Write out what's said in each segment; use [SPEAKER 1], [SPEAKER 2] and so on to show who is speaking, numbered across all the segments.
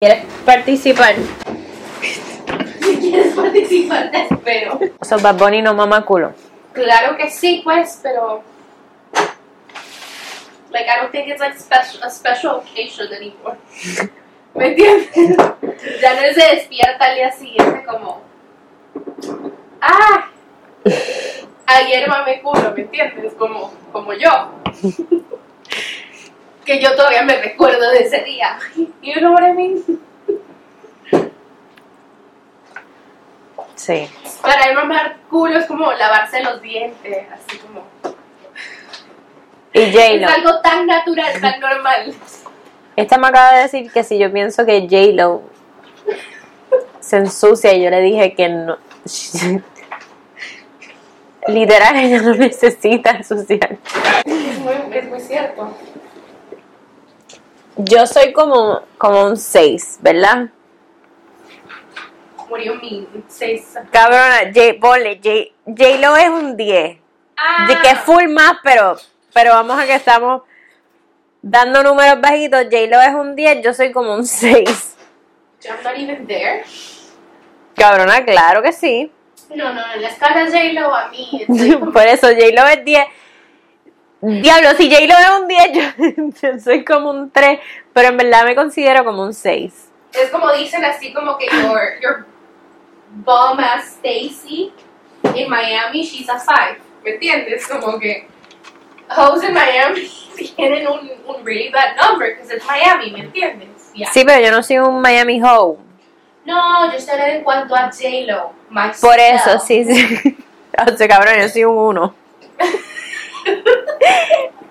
[SPEAKER 1] ¿Quieres participar?
[SPEAKER 2] Si quieres participar, te espero.
[SPEAKER 1] O sea, Bad Bunny no mama culo.
[SPEAKER 2] Claro que sí, pues, pero. Like, I don't think it's like special, a special occasion anymore. ¿Me entiendes? Ya no es de despierta al día siguiente como. ¡Ah! Ayer mamé culo, ¿me entiendes? Como, como yo. que yo todavía me recuerdo de ese día. You know what I mean?
[SPEAKER 1] Sí.
[SPEAKER 2] Para él mamar culo es como lavarse los dientes, así como.
[SPEAKER 1] Y J-Lo.
[SPEAKER 2] Es algo tan natural, tan normal.
[SPEAKER 1] Esta me acaba de decir que si yo pienso que J-Lo se ensucia y yo le dije que no. Literal, ella no necesita ensuciar.
[SPEAKER 2] Es muy, es muy cierto.
[SPEAKER 1] Yo soy como, como un 6, ¿verdad?
[SPEAKER 2] What do you mean? Seis.
[SPEAKER 1] Cabrona, J, ponle, J, J-Lo es un 10.
[SPEAKER 2] Ah,
[SPEAKER 1] De que full más, pero, pero vamos a que estamos dando números bajitos. J-Lo es un 10, yo soy como un 6.
[SPEAKER 2] I'm not even there.
[SPEAKER 1] Cabrona, claro que sí.
[SPEAKER 2] No, no, en la escala J-Lo a mí. estoy como-
[SPEAKER 1] Por eso J-Lo es 10. Diablo, si J-Lo es un 10, yo, yo soy como un 3, pero en verdad me considero como un 6.
[SPEAKER 2] es como dicen así como que your, your bum ass Stacy in Miami, she's a five. ¿Me entiendes? Como que hoes in Miami tienen un, un really bad number because it's Miami, ¿me entiendes? Yeah.
[SPEAKER 1] Sí, pero yo no soy un Miami Hoe.
[SPEAKER 2] No, yo estoy hablando en cuanto a J-Lo. myself.
[SPEAKER 1] Por eso, sí, sí. O sea, cabrón, yo soy un 1.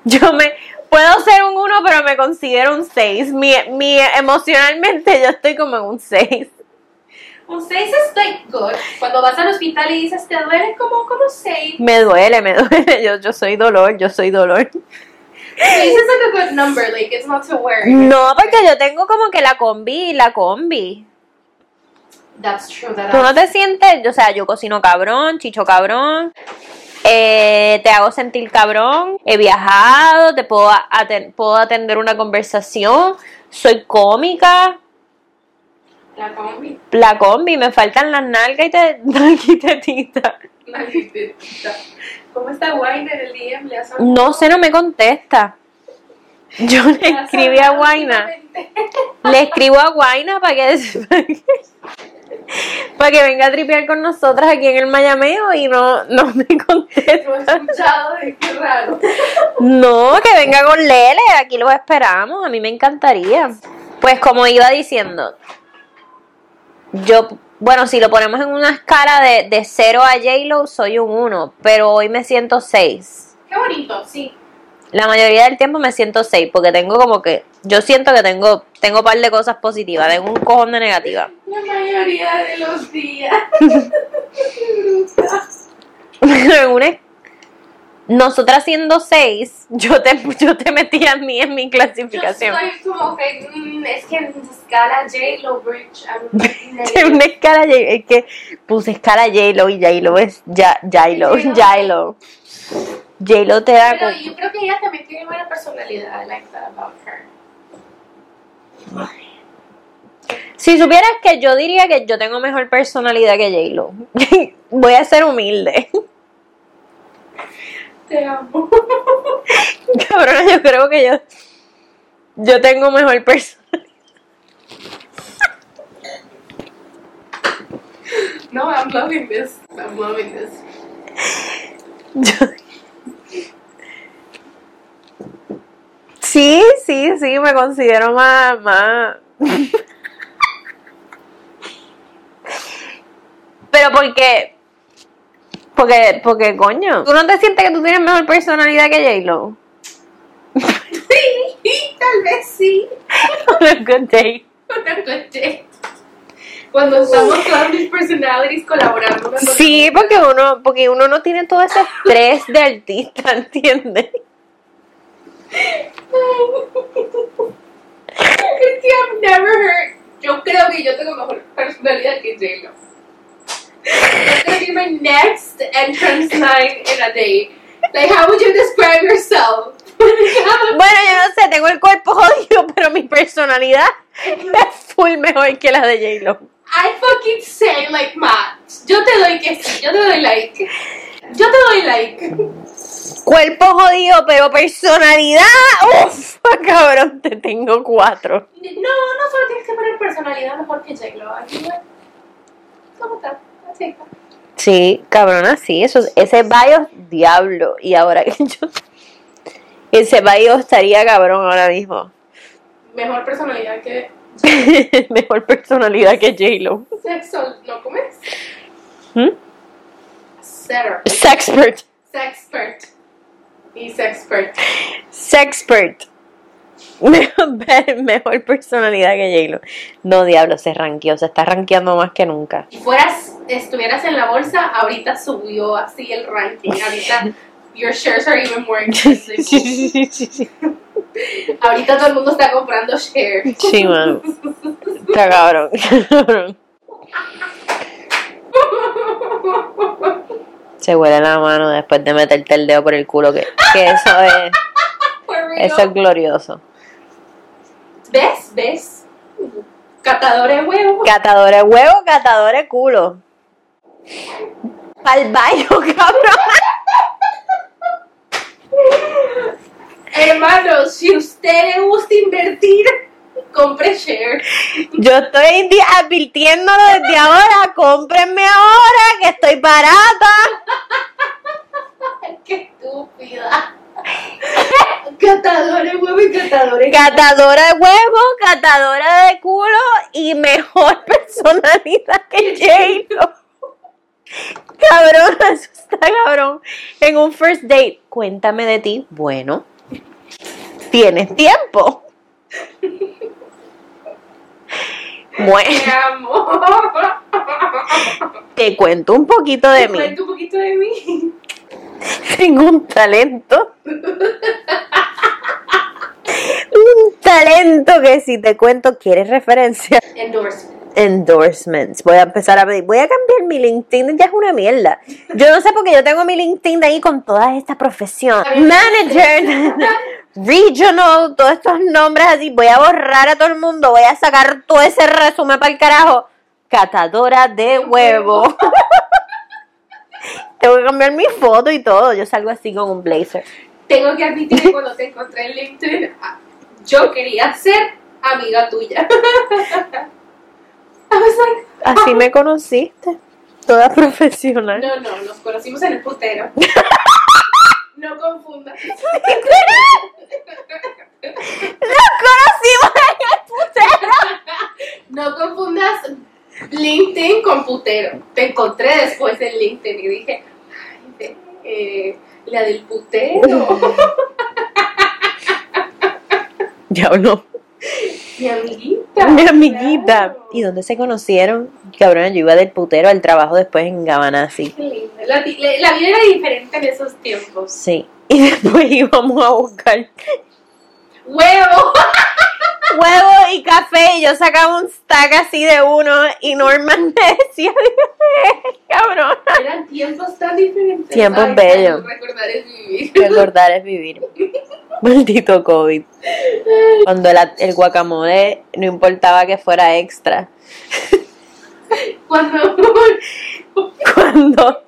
[SPEAKER 1] Yo me. Puedo ser un 1, pero me considero un 6. Mi, mi, emocionalmente yo estoy como en un 6.
[SPEAKER 2] Un 6 es like good. Cuando vas al hospital y dices te duele, como, como 6.
[SPEAKER 1] Me duele, me duele. Yo, yo soy dolor, yo soy dolor.
[SPEAKER 2] 6 is like a good number, like it's not to worry.
[SPEAKER 1] No, porque yo tengo como que la combi y la combi.
[SPEAKER 2] That's true, that
[SPEAKER 1] Tú
[SPEAKER 2] I-
[SPEAKER 1] no te sientes, o sea, yo cocino cabrón, chicho cabrón, eh, te hago sentir cabrón, he viajado, te puedo, aten- puedo atender una conversación, soy cómica,
[SPEAKER 2] La combi.
[SPEAKER 1] la combi, me faltan las nalgas y te y tetita.
[SPEAKER 2] Maldita. ¿Cómo está Weiner el DM? ¿Le has hablado?
[SPEAKER 1] No sé, no me contesta. Yo le
[SPEAKER 2] ¿Le has
[SPEAKER 1] escribí a
[SPEAKER 2] hablado
[SPEAKER 1] Guaina.
[SPEAKER 2] últimamente?
[SPEAKER 1] Le escribo a Guaina para que, para que, para que venga a tripear con nosotras aquí en el Mayameo y no, no me
[SPEAKER 2] No he
[SPEAKER 1] contesta.
[SPEAKER 2] escuchado de qué raro.
[SPEAKER 1] No, que venga con Lele, aquí los esperamos, a mí me encantaría. Pues como iba diciendo, yo, bueno, si lo ponemos en una escala de, de 0 a J-Lo, soy un 1, pero hoy me siento 6.
[SPEAKER 2] Qué bonito, sí.
[SPEAKER 1] La mayoría del tiempo me siento 6, porque tengo como que, yo siento que tengo, tengo un par de cosas positivas, tengo un cojón de negativa.
[SPEAKER 2] La mayoría de los días.
[SPEAKER 1] en una- nosotras siendo 6, yo te, yo te metí a mí en mi
[SPEAKER 2] Yo
[SPEAKER 1] clasificación.
[SPEAKER 2] estoy como que mm, es que en escala J-Lo Bridge. I'm not
[SPEAKER 1] Tiene una escala J- es que puse escala J-Lo y J-Lo es ya J-Lo,
[SPEAKER 2] J-Lo.
[SPEAKER 1] J-Lo. J-Lo te da
[SPEAKER 2] Pero
[SPEAKER 1] con-
[SPEAKER 2] yo creo que ella también tiene buena personalidad. I like that about her.
[SPEAKER 1] Si supieras que yo diría que yo tengo mejor personalidad que J-Lo. Voy a ser humilde.
[SPEAKER 2] Te amo.
[SPEAKER 1] Cabrona, yo creo que yo yo tengo mejor personalidad.
[SPEAKER 2] No, I'm loving this. I'm loving this.
[SPEAKER 1] Sí, sí, sí, me considero más más Pero porque porque porque coño, tú no te sientes que tú tienes mejor personalidad que J-Lo.
[SPEAKER 2] Sí, tal vez sí.
[SPEAKER 1] Good day.
[SPEAKER 2] Una noche. Cuando estamos todas mis personalidades colaborando. una con-
[SPEAKER 1] Sí, porque uno, porque uno no tiene todo ese estrés de artista, ¿entiendes?
[SPEAKER 2] It's que I've never heard. Yo creo que yo tengo mejor personalidad que J-Lo. That's gonna be my next entrance line in a day. Like, how would you describe yourself?
[SPEAKER 1] Bueno, yo no sé, tengo el cuerpo jodido, pero mi personalidad es full mejor que la de J-Lo.
[SPEAKER 2] I fucking say like ma, yo te doy que sí, yo te doy like. Yo te doy like.
[SPEAKER 1] Cuerpo jodido, pero personalidad. Uf, cabrón, te tengo cuatro.
[SPEAKER 2] No, no solo tienes que poner personalidad mejor que J-Lo. Aquí va. ¿Cómo está? Así está.
[SPEAKER 1] Sí, cabrona, sí, eso, ese bio diablo. Y ahora que yo. Ese bio estaría cabrón ahora mismo.
[SPEAKER 2] Mejor personalidad que
[SPEAKER 1] Mejor personalidad que J-Lo.
[SPEAKER 2] sexo, ¿no comes?
[SPEAKER 1] ¿Mm?
[SPEAKER 2] Setter.
[SPEAKER 1] Sexpert.
[SPEAKER 2] Sexpert. Y sexpert.
[SPEAKER 1] Sexpert. Mejor, mejor personalidad que J-Lo. No, diablo, se ranqueó, se está ranqueando más que nunca.
[SPEAKER 2] Si fueras, estuvieras en la bolsa, ahorita subió así el ranking. Ahorita your shares are even more expensive.
[SPEAKER 1] Sí, sí, sí, sí, sí.
[SPEAKER 2] Ahorita todo el mundo está comprando shares.
[SPEAKER 1] Sí, mano. Está cabrón, cabrón. Se huele la mano después de meterte el dedo por el culo, que, que eso es,
[SPEAKER 2] For real.
[SPEAKER 1] eso es glorioso.
[SPEAKER 2] ¿Ves? ¿Ves? Catadora de huevos.
[SPEAKER 1] Catadora de huevo, catadora de culo. Pa'l baño, cabrón.
[SPEAKER 2] Hermanos, si usted le gusta invertir, compre shares.
[SPEAKER 1] Yo estoy di- advirtiéndolo desde ahora. Cómprenme ahora, que estoy barata.
[SPEAKER 2] Ay, ¡Qué estúpida! Catadora de huevos y catadora de
[SPEAKER 1] Catadora de huevo, catadora de culo y mejor personalidad que J-Lo. Cabrón, eso está cabrón. En un first date, cuéntame de ti. Bueno, tienes tiempo. Bueno,
[SPEAKER 2] Te amo.
[SPEAKER 1] te cuento un poquito de mí.
[SPEAKER 2] Cuenta un poquito de mí.
[SPEAKER 1] Tengo un talento. un talento que si te cuento, quieres referencia.
[SPEAKER 2] Endorsement.
[SPEAKER 1] Endorsements. Voy a empezar a pedir. Voy a cambiar mi LinkedIn. Ya es una mierda. Yo no sé por qué yo tengo mi LinkedIn ahí con toda esta profesión. Manager. Regional, todos estos nombres así, voy a borrar a todo el mundo, voy a sacar todo ese resumen para el carajo. Catadora de huevo. Tengo que cambiar mi foto y todo. Yo salgo así con un blazer.
[SPEAKER 2] Tengo que admitir que cuando te encontré en LinkedIn, ah, yo quería ser amiga tuya. I was like,
[SPEAKER 1] Así me conociste. Toda profesional.
[SPEAKER 2] No, no, nos conocimos en el putero. No confundas.
[SPEAKER 1] ¡Nos conocimos en el putero!
[SPEAKER 2] No confundas LinkedIn con putero. Te encontré después en LinkedIn y dije, ay, de- eh, la del putero.
[SPEAKER 1] Ya habló.
[SPEAKER 2] Mi amiguita.
[SPEAKER 1] Mi amiguita.
[SPEAKER 2] claro.
[SPEAKER 1] ¿Y dónde se conocieron? Cabrón, yo iba del putero al trabajo después en Gabanasi.
[SPEAKER 2] Qué lindo. La, ti- la- la vida era diferente en esos tiempos.
[SPEAKER 1] Sí. Y después íbamos a buscar
[SPEAKER 2] ¡Huevo!
[SPEAKER 1] huevo y café y yo sacaba un stack así de uno y Norman me decía, cabrón.
[SPEAKER 2] Eran tiempos tan diferentes.
[SPEAKER 1] Tiempos
[SPEAKER 2] Ay,
[SPEAKER 1] bellos.
[SPEAKER 2] Recordar es vivir.
[SPEAKER 1] Recordar es vivir. Maldito COVID. Cuando el, el guacamole no importaba que fuera extra.
[SPEAKER 2] Cuando.
[SPEAKER 1] Cuando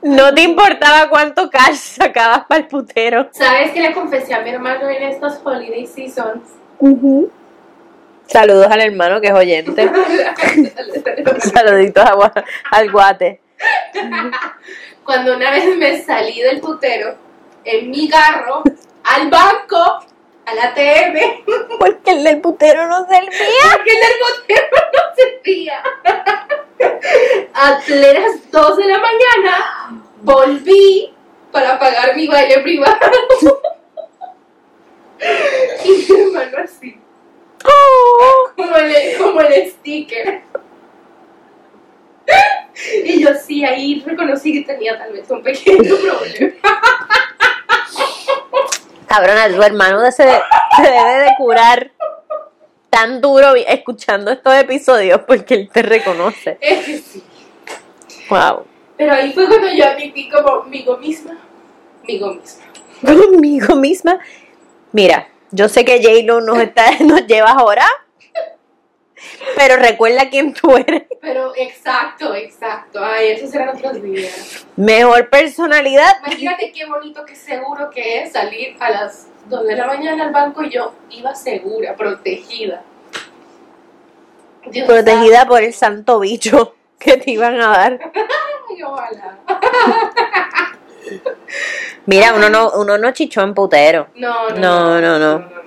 [SPEAKER 1] no te importaba cuánto cash sacabas para el putero.
[SPEAKER 2] ¿Sabes qué le confesé a mi hermano en estos holiday seasons?
[SPEAKER 1] Saludos al hermano que es oyente. Saluditos a gua- al guate.
[SPEAKER 2] Cuando una vez me salí del putero en mi carro, al banco, al ATM,
[SPEAKER 1] Porque el del putero no servía.
[SPEAKER 2] porque el del putero no servía. A las 2 de la mañana volví para pagar mi baile privado. Y mi hermano así,
[SPEAKER 1] Oh.
[SPEAKER 2] como el, como el sticker. Y yo sí, ahí reconocí que tenía tal vez un pequeño problema.
[SPEAKER 1] Cabrona, tu hermano de- se, se debe de curar tan duro vi- escuchando estos episodios porque él te reconoce.
[SPEAKER 2] Es que sí.
[SPEAKER 1] Wow.
[SPEAKER 2] Pero ahí fue cuando yo admití como migo misma, migo misma.
[SPEAKER 1] Conmigo misma. Mira, yo sé que J-Lo nos, está, nos lleva ahora. Pero recuerda quién tú eres.
[SPEAKER 2] Pero exacto, exacto. Ay, esos eran otros días.
[SPEAKER 1] Mejor personalidad.
[SPEAKER 2] Imagínate qué bonito, qué seguro que es salir a las 2 de la mañana al banco y yo iba segura, protegida. Dios
[SPEAKER 1] Protegida por el santo bicho que te iban a dar.
[SPEAKER 2] sabe, ojalá.
[SPEAKER 1] Mira, uno no, uno no chichó en putero.
[SPEAKER 2] No,
[SPEAKER 1] No, no,
[SPEAKER 2] no,
[SPEAKER 1] no.
[SPEAKER 2] no, no.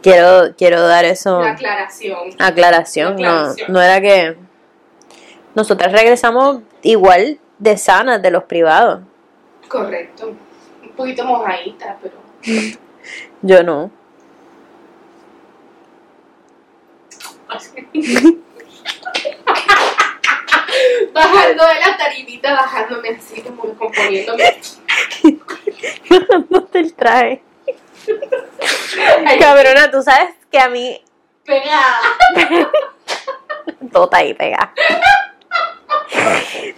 [SPEAKER 1] Quiero, quiero dar eso.
[SPEAKER 2] La aclaración.
[SPEAKER 1] Aclaración, no,
[SPEAKER 2] Aclaración.
[SPEAKER 1] no era que nosotras regresamos igual de sanas de los privados.
[SPEAKER 2] Correcto. Un poquito mojadita, pero.
[SPEAKER 1] Yo no.
[SPEAKER 2] bajando de la tarimita, bajándome así, como componiéndome.
[SPEAKER 1] no te traje.
[SPEAKER 2] Ay,
[SPEAKER 1] Cabrona, tú sabes que a mí
[SPEAKER 2] Pegada.
[SPEAKER 1] tota ahí pega.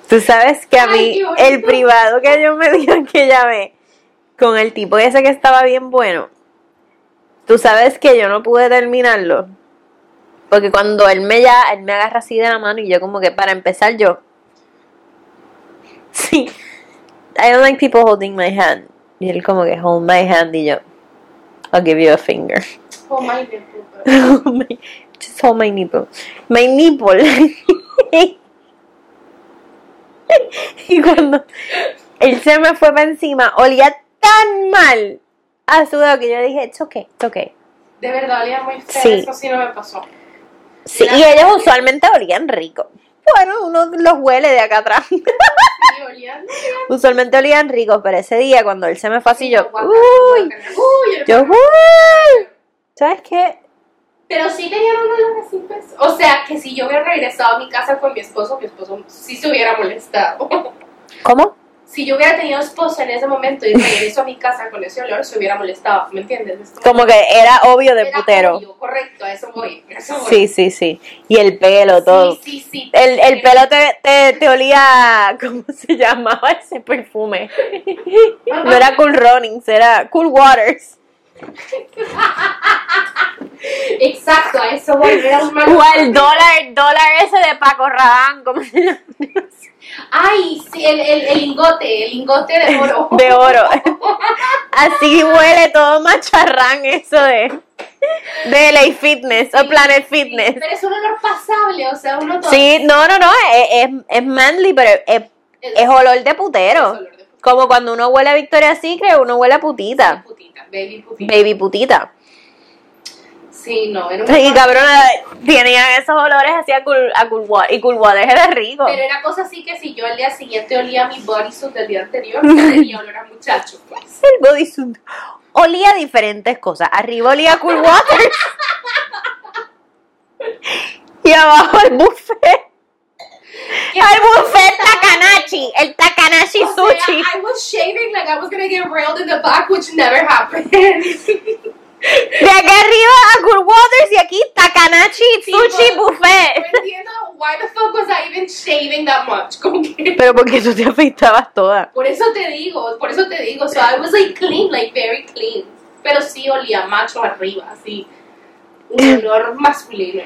[SPEAKER 1] Tú sabes que a
[SPEAKER 2] Ay,
[SPEAKER 1] mí
[SPEAKER 2] qué bonito.
[SPEAKER 1] el privado que yo me dio que llamé con el tipo ese que estaba bien bueno. Tú sabes que yo no pude terminarlo. Porque cuando él me ya, él me agarra así de la mano y yo como que para empezar yo. Sí. I don't like people holding my hand. Y él como que hold my hand y yo. I'll give you a finger.
[SPEAKER 2] Oh my God.
[SPEAKER 1] my, just hold my nipple. My nipple. y cuando él se me fue para encima, olía tan mal a sudado que yo dije, it's okay, it's okay.
[SPEAKER 2] De verdad, olía muy feo.
[SPEAKER 1] Sí.
[SPEAKER 2] Eso sí no me pasó.
[SPEAKER 1] Sí, y ellos usualmente olían rico. Bueno, uno los huele de acá atrás.
[SPEAKER 2] Sí, olía.
[SPEAKER 1] usualmente olían ricos, pero ese día cuando él se me fue así, yo,
[SPEAKER 2] Guacamole,
[SPEAKER 1] uy,
[SPEAKER 2] guacamole. Uy, el
[SPEAKER 1] yo,
[SPEAKER 2] guacamole.
[SPEAKER 1] uy. ¿Sabes qué?
[SPEAKER 2] Pero sí tenían un olor así, pues. O sea, que si yo hubiera regresado a mi casa con mi esposo, mi esposo sí se hubiera molestado.
[SPEAKER 1] ¿Cómo?
[SPEAKER 2] Si yo hubiera tenido esposo en ese momento y regreso a mi casa con ese olor, se hubiera molestado. ¿Me entiendes? Es
[SPEAKER 1] Como que era obvio de
[SPEAKER 2] Era
[SPEAKER 1] putero.
[SPEAKER 2] obvio, correcto, a eso voy. a eso voy.
[SPEAKER 1] Sí, sí, sí. Y el pelo, todo.
[SPEAKER 2] Sí, sí, sí. Eh,
[SPEAKER 1] El, el pelo te, te, te olía, a- ¿cómo se llamaba ese perfume? No era Cool Runnings, era Cool Waters.
[SPEAKER 2] Exacto, a eso voy. Era un mal
[SPEAKER 1] O
[SPEAKER 2] olor.
[SPEAKER 1] el dólar, el dólar ese de Paco Rabanne, ¿cómo se llama?
[SPEAKER 2] Ay, sí, el, el, el lingote, el lingote de oro.
[SPEAKER 1] De oro. Así huele todo macharrán eso de, de LA Fitness o Planet Fitness.
[SPEAKER 2] Pero es un olor pasable, o sea, uno todo.
[SPEAKER 1] Sí, no, no, no, es, es, es manly, pero es,
[SPEAKER 2] Es-
[SPEAKER 1] es olor de
[SPEAKER 2] es
[SPEAKER 1] putero.
[SPEAKER 2] olor de putita,
[SPEAKER 1] Como cuando uno huele a Victoria's Secret, uno huele a putita.
[SPEAKER 2] putita, baby putita.
[SPEAKER 1] Baby putita.
[SPEAKER 2] Sí, no, era un
[SPEAKER 1] Y
[SPEAKER 2] olor-
[SPEAKER 1] cabrona, tenían esos olores así a cool, a cool water. Y cool water era rico.
[SPEAKER 2] Pero era cosa así que si yo al día siguiente olía mi bodysuit del día anterior, tenía olor a muchacho, pues.
[SPEAKER 1] El bodysuit olía a diferentes cosas. Arriba olía a cool water. y abajo el buffet. El buffet Takanashi. El Takanashi
[SPEAKER 2] O sea,
[SPEAKER 1] sushi.
[SPEAKER 2] I was shaving like I was gonna get railed in the back, which never happened. No
[SPEAKER 1] De aquí arriba a cool waters y aquí Takanashi sushi
[SPEAKER 2] Tipo-
[SPEAKER 1] buffet.
[SPEAKER 2] entiendo why the fuck was I even shaving that much. Como que-
[SPEAKER 1] Pero porque tú te afeitabas toda.
[SPEAKER 2] Por eso te digo, por eso te digo. So I was like clean, like very clean. Pero sí olía macho arriba, así.
[SPEAKER 1] Eh.
[SPEAKER 2] Un olor masculino.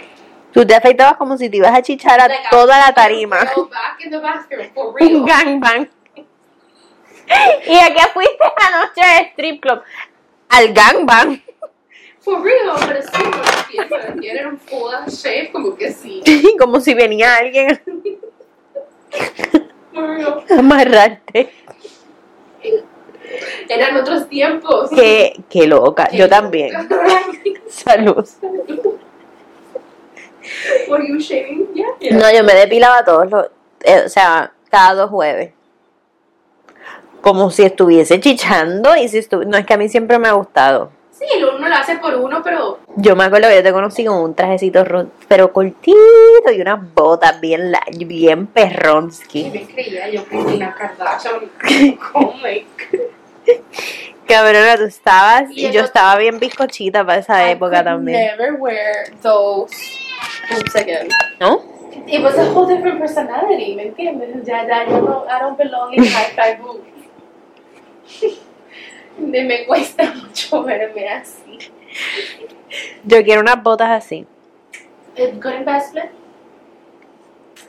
[SPEAKER 1] Tú te afeitabas como si te ibas a chichar a
[SPEAKER 2] Like, I
[SPEAKER 1] toda la
[SPEAKER 2] was
[SPEAKER 1] tarima.
[SPEAKER 2] real back in the bathroom, for
[SPEAKER 1] un
[SPEAKER 2] real.
[SPEAKER 1] gangbang. ¿Y a qué fuiste anoche al strip club? Al gangbang.
[SPEAKER 2] For real, pero sí, no lo pienso. Era un full shave, como que sí.
[SPEAKER 1] Como si venía alguien
[SPEAKER 2] For real.
[SPEAKER 1] a amarrarte.
[SPEAKER 2] Eran otros tiempos.
[SPEAKER 1] Qué, qué loca. Yo también. Salud.
[SPEAKER 2] Were you shaving? Yeah. yeah.
[SPEAKER 1] No, yo me depilaba todos los. eh, o sea, cada dos jueves. Como si estuviese chichando y si estu- No es que a mí siempre me ha gustado.
[SPEAKER 2] Sí, lo- uno lo hace por uno, pero
[SPEAKER 1] Yo me acuerdo que yo te conocí con un trajecito ro- pero cortito y unas botas bien, la- bien perronski.
[SPEAKER 2] ¿Quién me creía yo Cristina Kardashian. Oh my God.
[SPEAKER 1] Cabrona, tú estabas
[SPEAKER 2] Y
[SPEAKER 1] y
[SPEAKER 2] el
[SPEAKER 1] yo
[SPEAKER 2] otro-
[SPEAKER 1] estaba bien bizcochita para esa época
[SPEAKER 2] I could
[SPEAKER 1] también.
[SPEAKER 2] Never wear those boots again.
[SPEAKER 1] ¿No?
[SPEAKER 2] It was a whole different personality, ¿me entiendes? Ya, ya, yo no, I don't belong in high five boots. Me me cuesta mucho verme así.
[SPEAKER 1] Yo quiero unas botas así.
[SPEAKER 2] el good investment,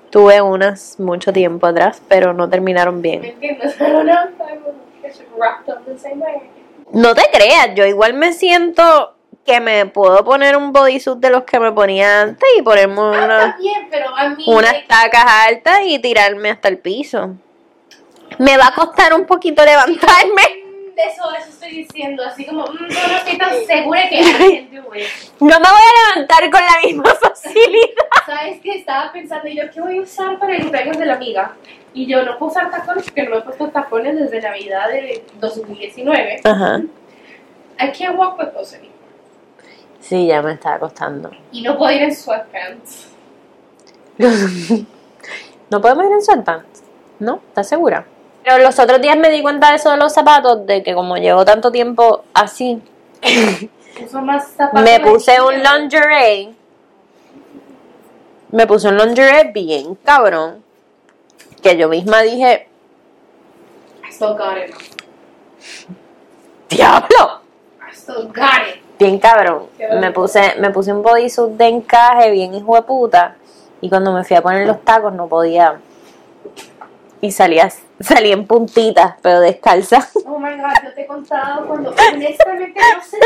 [SPEAKER 1] Tuve unas mucho tiempo atrás, pero no terminaron
[SPEAKER 2] ¿me
[SPEAKER 1] bien.
[SPEAKER 2] entiendes? I don't know, I don't get wrapped up the same way.
[SPEAKER 1] No te creas, yo igual me siento que me puedo poner un bodysuit de los que me ponía antes y ponerme
[SPEAKER 2] Ah, está
[SPEAKER 1] una-
[SPEAKER 2] bien, pero a mí,
[SPEAKER 1] unas tacas altas y tirarme hasta el piso. Me va a costar un poquito levantarme.
[SPEAKER 2] de eso, eso estoy diciendo, así como, mm, no, no estoy tan segura que I can do it.
[SPEAKER 1] No me voy a levantar con la misma facilidad.
[SPEAKER 2] ¿Sabes qué? Estaba pensando, y yo, ¿qué voy a usar para el cumpleaños de la amiga? Y yo, no puedo usar tacones porque no me he puesto tacones desde Navidad de 2019.
[SPEAKER 1] Ajá.
[SPEAKER 2] I can't walk with those anymore.
[SPEAKER 1] Sí, ya me estaba costando.
[SPEAKER 2] Y no puedo ir en sweatpants.
[SPEAKER 1] no podemos ir en sweatpants. No, ¿estás segura? Pero los otros días me di cuenta de eso de los zapatos, de que como llevo tanto tiempo así,
[SPEAKER 2] Uso más zapatos.
[SPEAKER 1] me puse un
[SPEAKER 2] chinos.
[SPEAKER 1] lingerie. Me puse un lingerie bien cabrón. Que yo misma dije,
[SPEAKER 2] I still got it.
[SPEAKER 1] diablo,
[SPEAKER 2] I still got it.
[SPEAKER 1] bien cabrón.
[SPEAKER 2] Qué bonito.
[SPEAKER 1] Me puse, me puse un bodysuit de encaje bien hijo de puta. Y cuando me fui a poner los tacos no podía. Y salía, salí en puntitas, pero descalza.
[SPEAKER 2] Oh my god, yo te he contado cuando. Honestamente, no sé.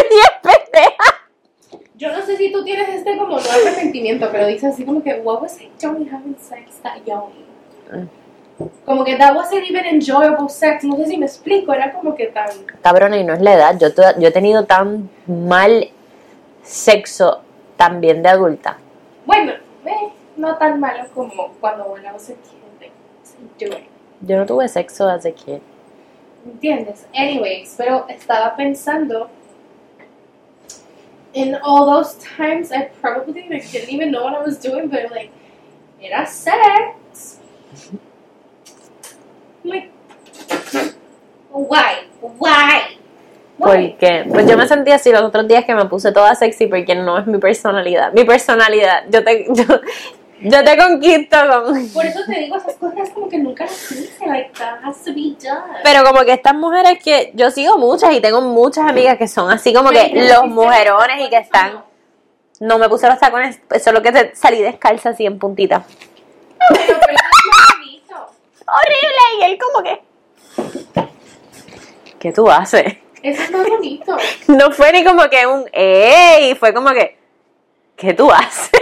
[SPEAKER 2] Yo no sé si tú tienes este como no arrepentimiento, pero dices así como que, what was I doing having sex that young? Como que that wasn't even enjoyable sex. No sé si me explico, era como que tan.
[SPEAKER 1] Cabrón, y no es la edad. Yo, to- yo he tenido tan mal sexo también de adulta.
[SPEAKER 2] Bueno, eh, no tan malo como cuando volamos el doing.
[SPEAKER 1] Yo no tuve sexo hace que.
[SPEAKER 2] ¿Me ¿Entiendes? Anyways, pero estaba pensando. In all those times, I probably like, didn't even know what I was doing, but like, era sex. Like, why? Why? Why?
[SPEAKER 1] Porque, pues yo me sentí así los otros días que me puse toda sexy porque no es mi personalidad. Mi personalidad, yo te, yo, yo te conquisto con...
[SPEAKER 2] Por eso te digo, esas cosas como que nunca las hice, like, that has to be done.
[SPEAKER 1] Pero como que estas mujeres que yo sigo muchas y tengo muchas amigas que son así como que
[SPEAKER 2] Imagínate
[SPEAKER 1] los
[SPEAKER 2] si se-
[SPEAKER 1] mujerones y que están... No me puse los tacones, solo que te- salí descalza así en puntita.
[SPEAKER 2] Pero, pero eso es lo bonito.
[SPEAKER 1] horrible. Y él como que... ¿Qué tú haces?
[SPEAKER 2] Eso es lo bonito.
[SPEAKER 1] No fue ni como que un... ¡Ey! Fue como que... ¿Qué tú haces?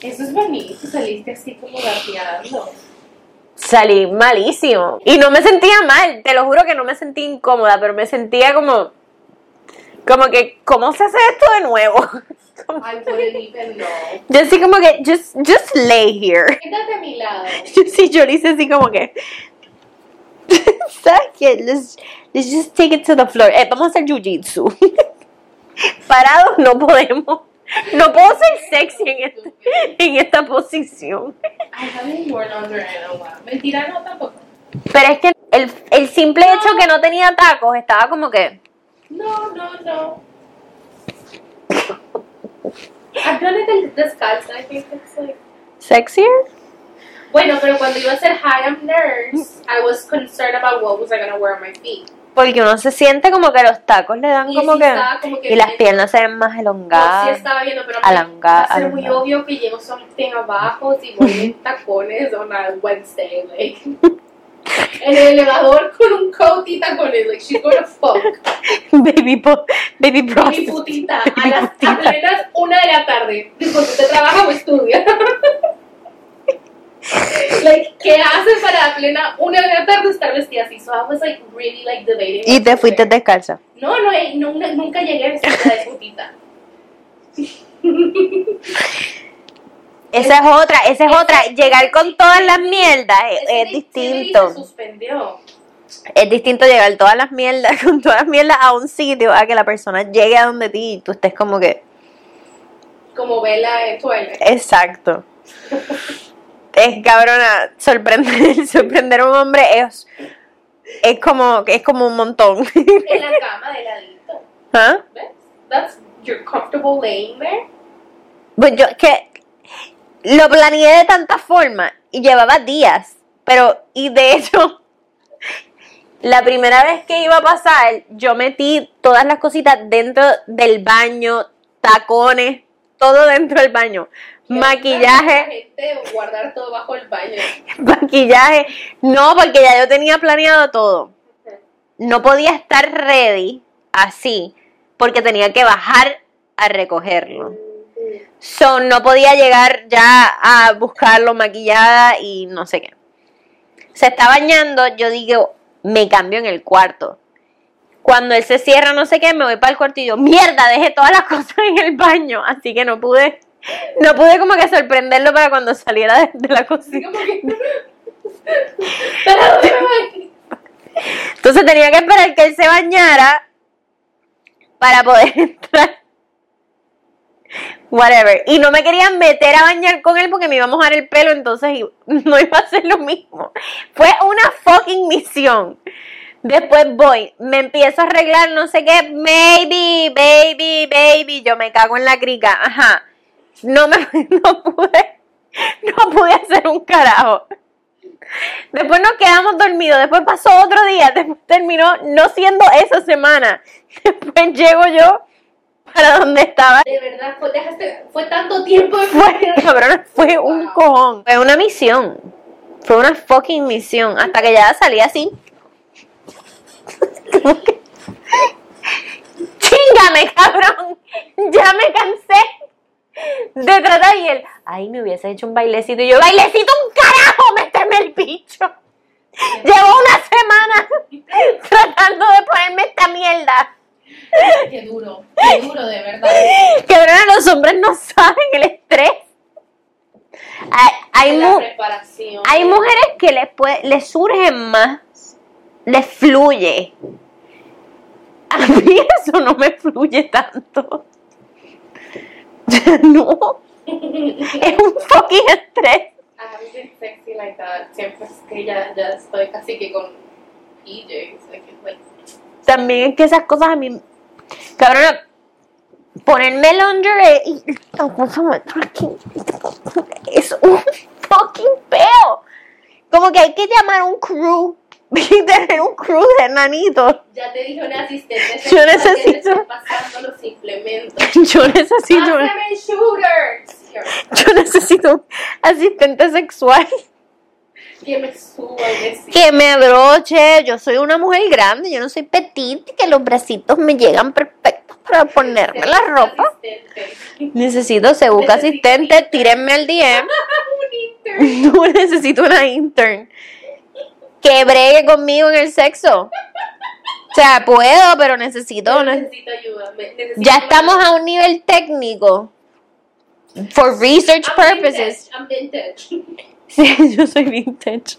[SPEAKER 2] Eso es bonito, saliste así como gateando.
[SPEAKER 1] Salí malísimo. Y no me sentía mal, te lo juro que no me sentí incómoda, pero me sentía como... Como que, ¿cómo se hace esto de nuevo? Como-
[SPEAKER 2] I wouldn't even know.
[SPEAKER 1] yo así como que, just, just lay here.
[SPEAKER 2] Quédate a mi lado.
[SPEAKER 1] Yo sí, yo le hice así como que... ¿Sabes qué? Let's, let's just take it to the floor. Eh, vamos a hacer jiu-jitsu. Parados no podemos. No puedo ser sexy en, este- en esta posición.
[SPEAKER 2] I haven't worn underwear in a while. Mentira, no tampoco.
[SPEAKER 1] Pero es que el, el simple hecho que no tenía tacos estaba como que...
[SPEAKER 2] No, no, no. I've done it in descalzo. I think it's like.
[SPEAKER 1] ¿Sexier?
[SPEAKER 2] Bueno, pero cuando iba a ser high I'm nurse, I was concerned about what was I gonna wear on my feet.
[SPEAKER 1] Porque uno se siente como que los tacos le dan
[SPEAKER 2] Y
[SPEAKER 1] como
[SPEAKER 2] sí
[SPEAKER 1] que...
[SPEAKER 2] estaba como que-
[SPEAKER 1] Y las piernas se ven más
[SPEAKER 2] No, sí
[SPEAKER 1] elongadas.
[SPEAKER 2] estaba viendo, pero
[SPEAKER 1] Alanga-
[SPEAKER 2] va a ser muy
[SPEAKER 1] alanga.
[SPEAKER 2] obvio que llevo something abajo si voy en tacones on a Wednesday, like. En el elevador con un coat y tacones, like she's gonna fuck.
[SPEAKER 1] Baby, po- baby
[SPEAKER 2] Mi
[SPEAKER 1] prostitute.
[SPEAKER 2] putita, a las a plenas una de la tarde, porque usted trabaja o estudia. like, ¿qué haces para a plena una de la tarde estar vestida así? So I was like really like debating.
[SPEAKER 1] Y te fuiste descalza.
[SPEAKER 2] No, no, eh, no, no, nunca llegué a vestida de putita.
[SPEAKER 1] Esa es otra, esa es
[SPEAKER 2] Ese-
[SPEAKER 1] otra. Llegar con todas las mierdas es,
[SPEAKER 2] Ese
[SPEAKER 1] es
[SPEAKER 2] dictionary Se
[SPEAKER 1] distinto.
[SPEAKER 2] suspendió.
[SPEAKER 1] Es distinto llegar todas las mierdas, con todas las mierdas a un sitio, a que la persona llegue a donde ti y tú estés como que.
[SPEAKER 2] Como vela de Twilight.
[SPEAKER 1] Exacto. Es cabrona, sorprender, sorprender a un hombre es, es como, es como un montón.
[SPEAKER 2] En la cama de ladito.
[SPEAKER 1] ¿Ah?
[SPEAKER 2] ¿Ves? That's, you're comfortable laying there.
[SPEAKER 1] Pues yo es que lo planeé de tanta forma y llevaba días, pero y de hecho la primera vez que iba a pasar yo metí todas las cositas dentro del baño, tacones, todo dentro del baño.
[SPEAKER 2] Que
[SPEAKER 1] Maquillaje,
[SPEAKER 2] la gente guardar todo bajo el baño.
[SPEAKER 1] maquillaje. No, porque ya yo tenía planeado todo. No podía estar ready así, porque tenía que bajar a recogerlo. So, no podía llegar ya a buscarlo maquillada y no sé qué. Se está bañando, yo digo, me cambio en el cuarto. Cuando él se cierra, no sé qué, me voy para el cuarto y yo, mierda, dejé todas las cosas en el baño. Así que no pude, no pude como que sorprenderlo para cuando saliera de, de la
[SPEAKER 2] Así
[SPEAKER 1] cocina.
[SPEAKER 2] como que. Pero, ay,
[SPEAKER 1] Entonces tenía que esperar que él se bañara para poder entrar. Whatever. Y no me querían meter a bañar con él porque me iba a mojar el pelo, entonces i- no iba a hacer lo mismo. Fue una fucking misión. Después voy, me empiezo a arreglar, no sé qué, baby, baby, baby, yo me cago en la crica, ajá. No me, no pude, no pude hacer un carajo. Después nos quedamos dormidos, después pasó otro día, después terminó no siendo esa semana. Después llego yo para donde estaba.
[SPEAKER 2] de verdad, fue, dejaste, fue tanto tiempo en
[SPEAKER 1] Fue, cabrón, fue un
[SPEAKER 2] Wow.
[SPEAKER 1] cojón. Fue una misión. Fue una fucking misión. Hasta que ya salí así. ¡Chingame, cabrón! Ya me cansé de tratar y él. Ay, me hubiese hecho un bailecito. Y yo, bailecito, un carajo, méteme el bicho. Llevo una semana tratando de ponerme esta mierda.
[SPEAKER 2] Qué duro, qué duro, de verdad.
[SPEAKER 1] Cabrón, los hombres no saben el estrés. Hay, hay
[SPEAKER 2] la
[SPEAKER 1] mu-
[SPEAKER 2] preparación.
[SPEAKER 1] hay mujeres que les, puede, les surge más, les fluye. A mí eso no me fluye tanto. No, es un fucking estrés.
[SPEAKER 2] A veces Ah, sexy like that. Siempre es que ya, ya estoy casi que con EJs. Like, it's like,
[SPEAKER 1] También es que esas cosas a mí. Cabrona, ponerme lingerie y. esta cosa me- Es un fucking peo. Como que hay que llamar un crew y tener un crew de nanitos.
[SPEAKER 2] ya te dije una asistente.
[SPEAKER 1] Yo
[SPEAKER 2] sexual que te
[SPEAKER 1] necesito-
[SPEAKER 2] está pasando los implementos.
[SPEAKER 1] Yo necesito.
[SPEAKER 2] Pásame sugar.
[SPEAKER 1] Yo necesito un asistente sexual
[SPEAKER 2] Que me suba y decir.
[SPEAKER 1] que me abroche. Yo soy una mujer grande, yo no soy petit, que los bracitos me llegan perfectos para ponerme la ropa. Necesito, se busca
[SPEAKER 2] Necesito
[SPEAKER 1] asistente, tírenme al DM.
[SPEAKER 2] Un
[SPEAKER 1] No necesito una intern que bregue conmigo en el sexo. O sea, puedo, pero necesito.
[SPEAKER 2] intern.
[SPEAKER 1] ne-
[SPEAKER 2] Necesito ayuda. me- necesito
[SPEAKER 1] Ya estamos a un nivel técnico. For research
[SPEAKER 2] I'm
[SPEAKER 1] purposes.
[SPEAKER 2] vintage, I'm vintage.
[SPEAKER 1] Sí, yo soy vintage.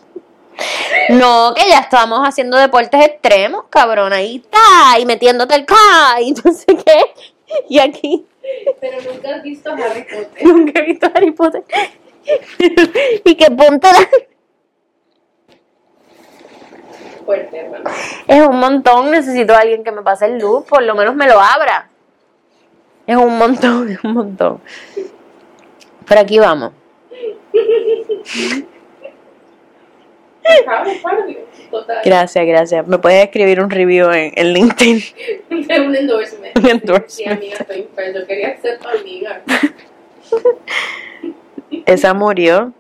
[SPEAKER 1] No, que ya estamos haciendo deportes extremos, cabrón. Ahí está, y metiéndote el ca, y no sé qué. Y aquí
[SPEAKER 2] Pero nunca has visto Harry Potter.
[SPEAKER 1] nunca he visto Harry Potter. y que ponte la-
[SPEAKER 2] Fuerte, hermano.
[SPEAKER 1] Es un montón, necesito a alguien que me pase el loop, por lo menos me lo abra. Es un montón, es un montón. Pero aquí vamos.
[SPEAKER 2] I'm proud, I'm proud of you. Total.
[SPEAKER 1] Gracias, gracias. Me puedes escribir un review en, en LinkedIn.
[SPEAKER 2] De un endorsement.
[SPEAKER 1] Un endorsement.
[SPEAKER 2] Sí, amiga, estoy enferma. Yo quería ser tu amiga.
[SPEAKER 1] Esa murió.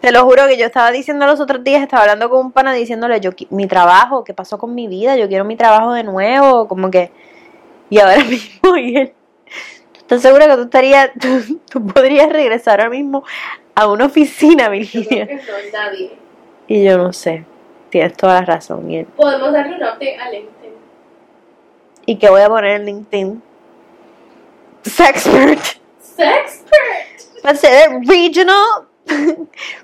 [SPEAKER 1] Te lo juro que yo estaba diciendo los otros días, estaba hablando con un pana diciéndole, yo qui- mi trabajo, ¿qué pasó con mi vida? Yo quiero mi trabajo de nuevo, como que... Y ahora mismo, y él... "¿Tú ¿Estás segura que tú estarías, tú, tú podrías regresar ahora mismo a una oficina,
[SPEAKER 2] Yo creo
[SPEAKER 1] Virginia?
[SPEAKER 2] que no hay nadie.
[SPEAKER 1] Y yo no sé, tienes toda la razón. Y, él,
[SPEAKER 2] Podemos darle un update a LinkedIn.
[SPEAKER 1] ¿y qué voy a poner en LinkedIn? Sexpert.
[SPEAKER 2] Sexpert.
[SPEAKER 1] Va a ser Regional,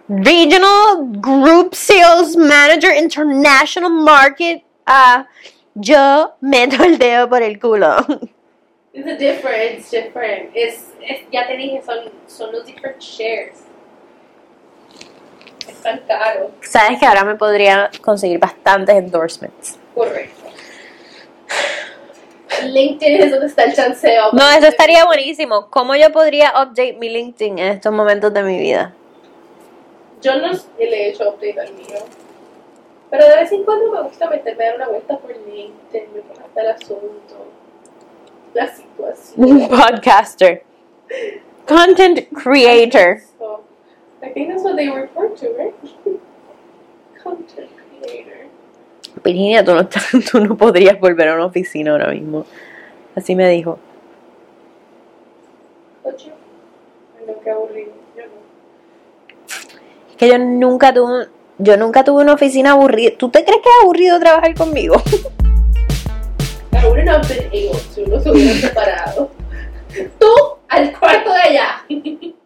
[SPEAKER 1] Regional Group Sales Manager International Market. Ah, yo meto el dedo por el culo.
[SPEAKER 2] It's a different, it's different. Es, es, ya te dije, son, son los different shares. Están caros.
[SPEAKER 1] Sabes que ahora me podría conseguir bastantes endorsements.
[SPEAKER 2] Correcto. LinkedIn es donde está el chanceo.
[SPEAKER 1] No, eso estaría buenísimo. ¿Cómo yo podría update mi LinkedIn en estos momentos de mi vida?
[SPEAKER 2] Yo no le he hecho update al mío. Pero de vez en cuando me gusta meterme a dar una vuelta por LinkedIn, me encanta el asunto, la situación.
[SPEAKER 1] Podcaster. Content creator.
[SPEAKER 2] So, I think that's what they refer to, right? Content creator.
[SPEAKER 1] Virginia, tú no, estás- tú no podrías volver a una oficina ahora mismo. Así me dijo.
[SPEAKER 2] Ocho. Ay, no, qué aburrido. Yo no.
[SPEAKER 1] Es que yo nunca tuve, un- yo nunca tuve una oficina aburrida. ¿Tú te crees que es aburrido trabajar conmigo?
[SPEAKER 2] I would not have been able to. No se hubieran separado. Tú al cuarto de allá.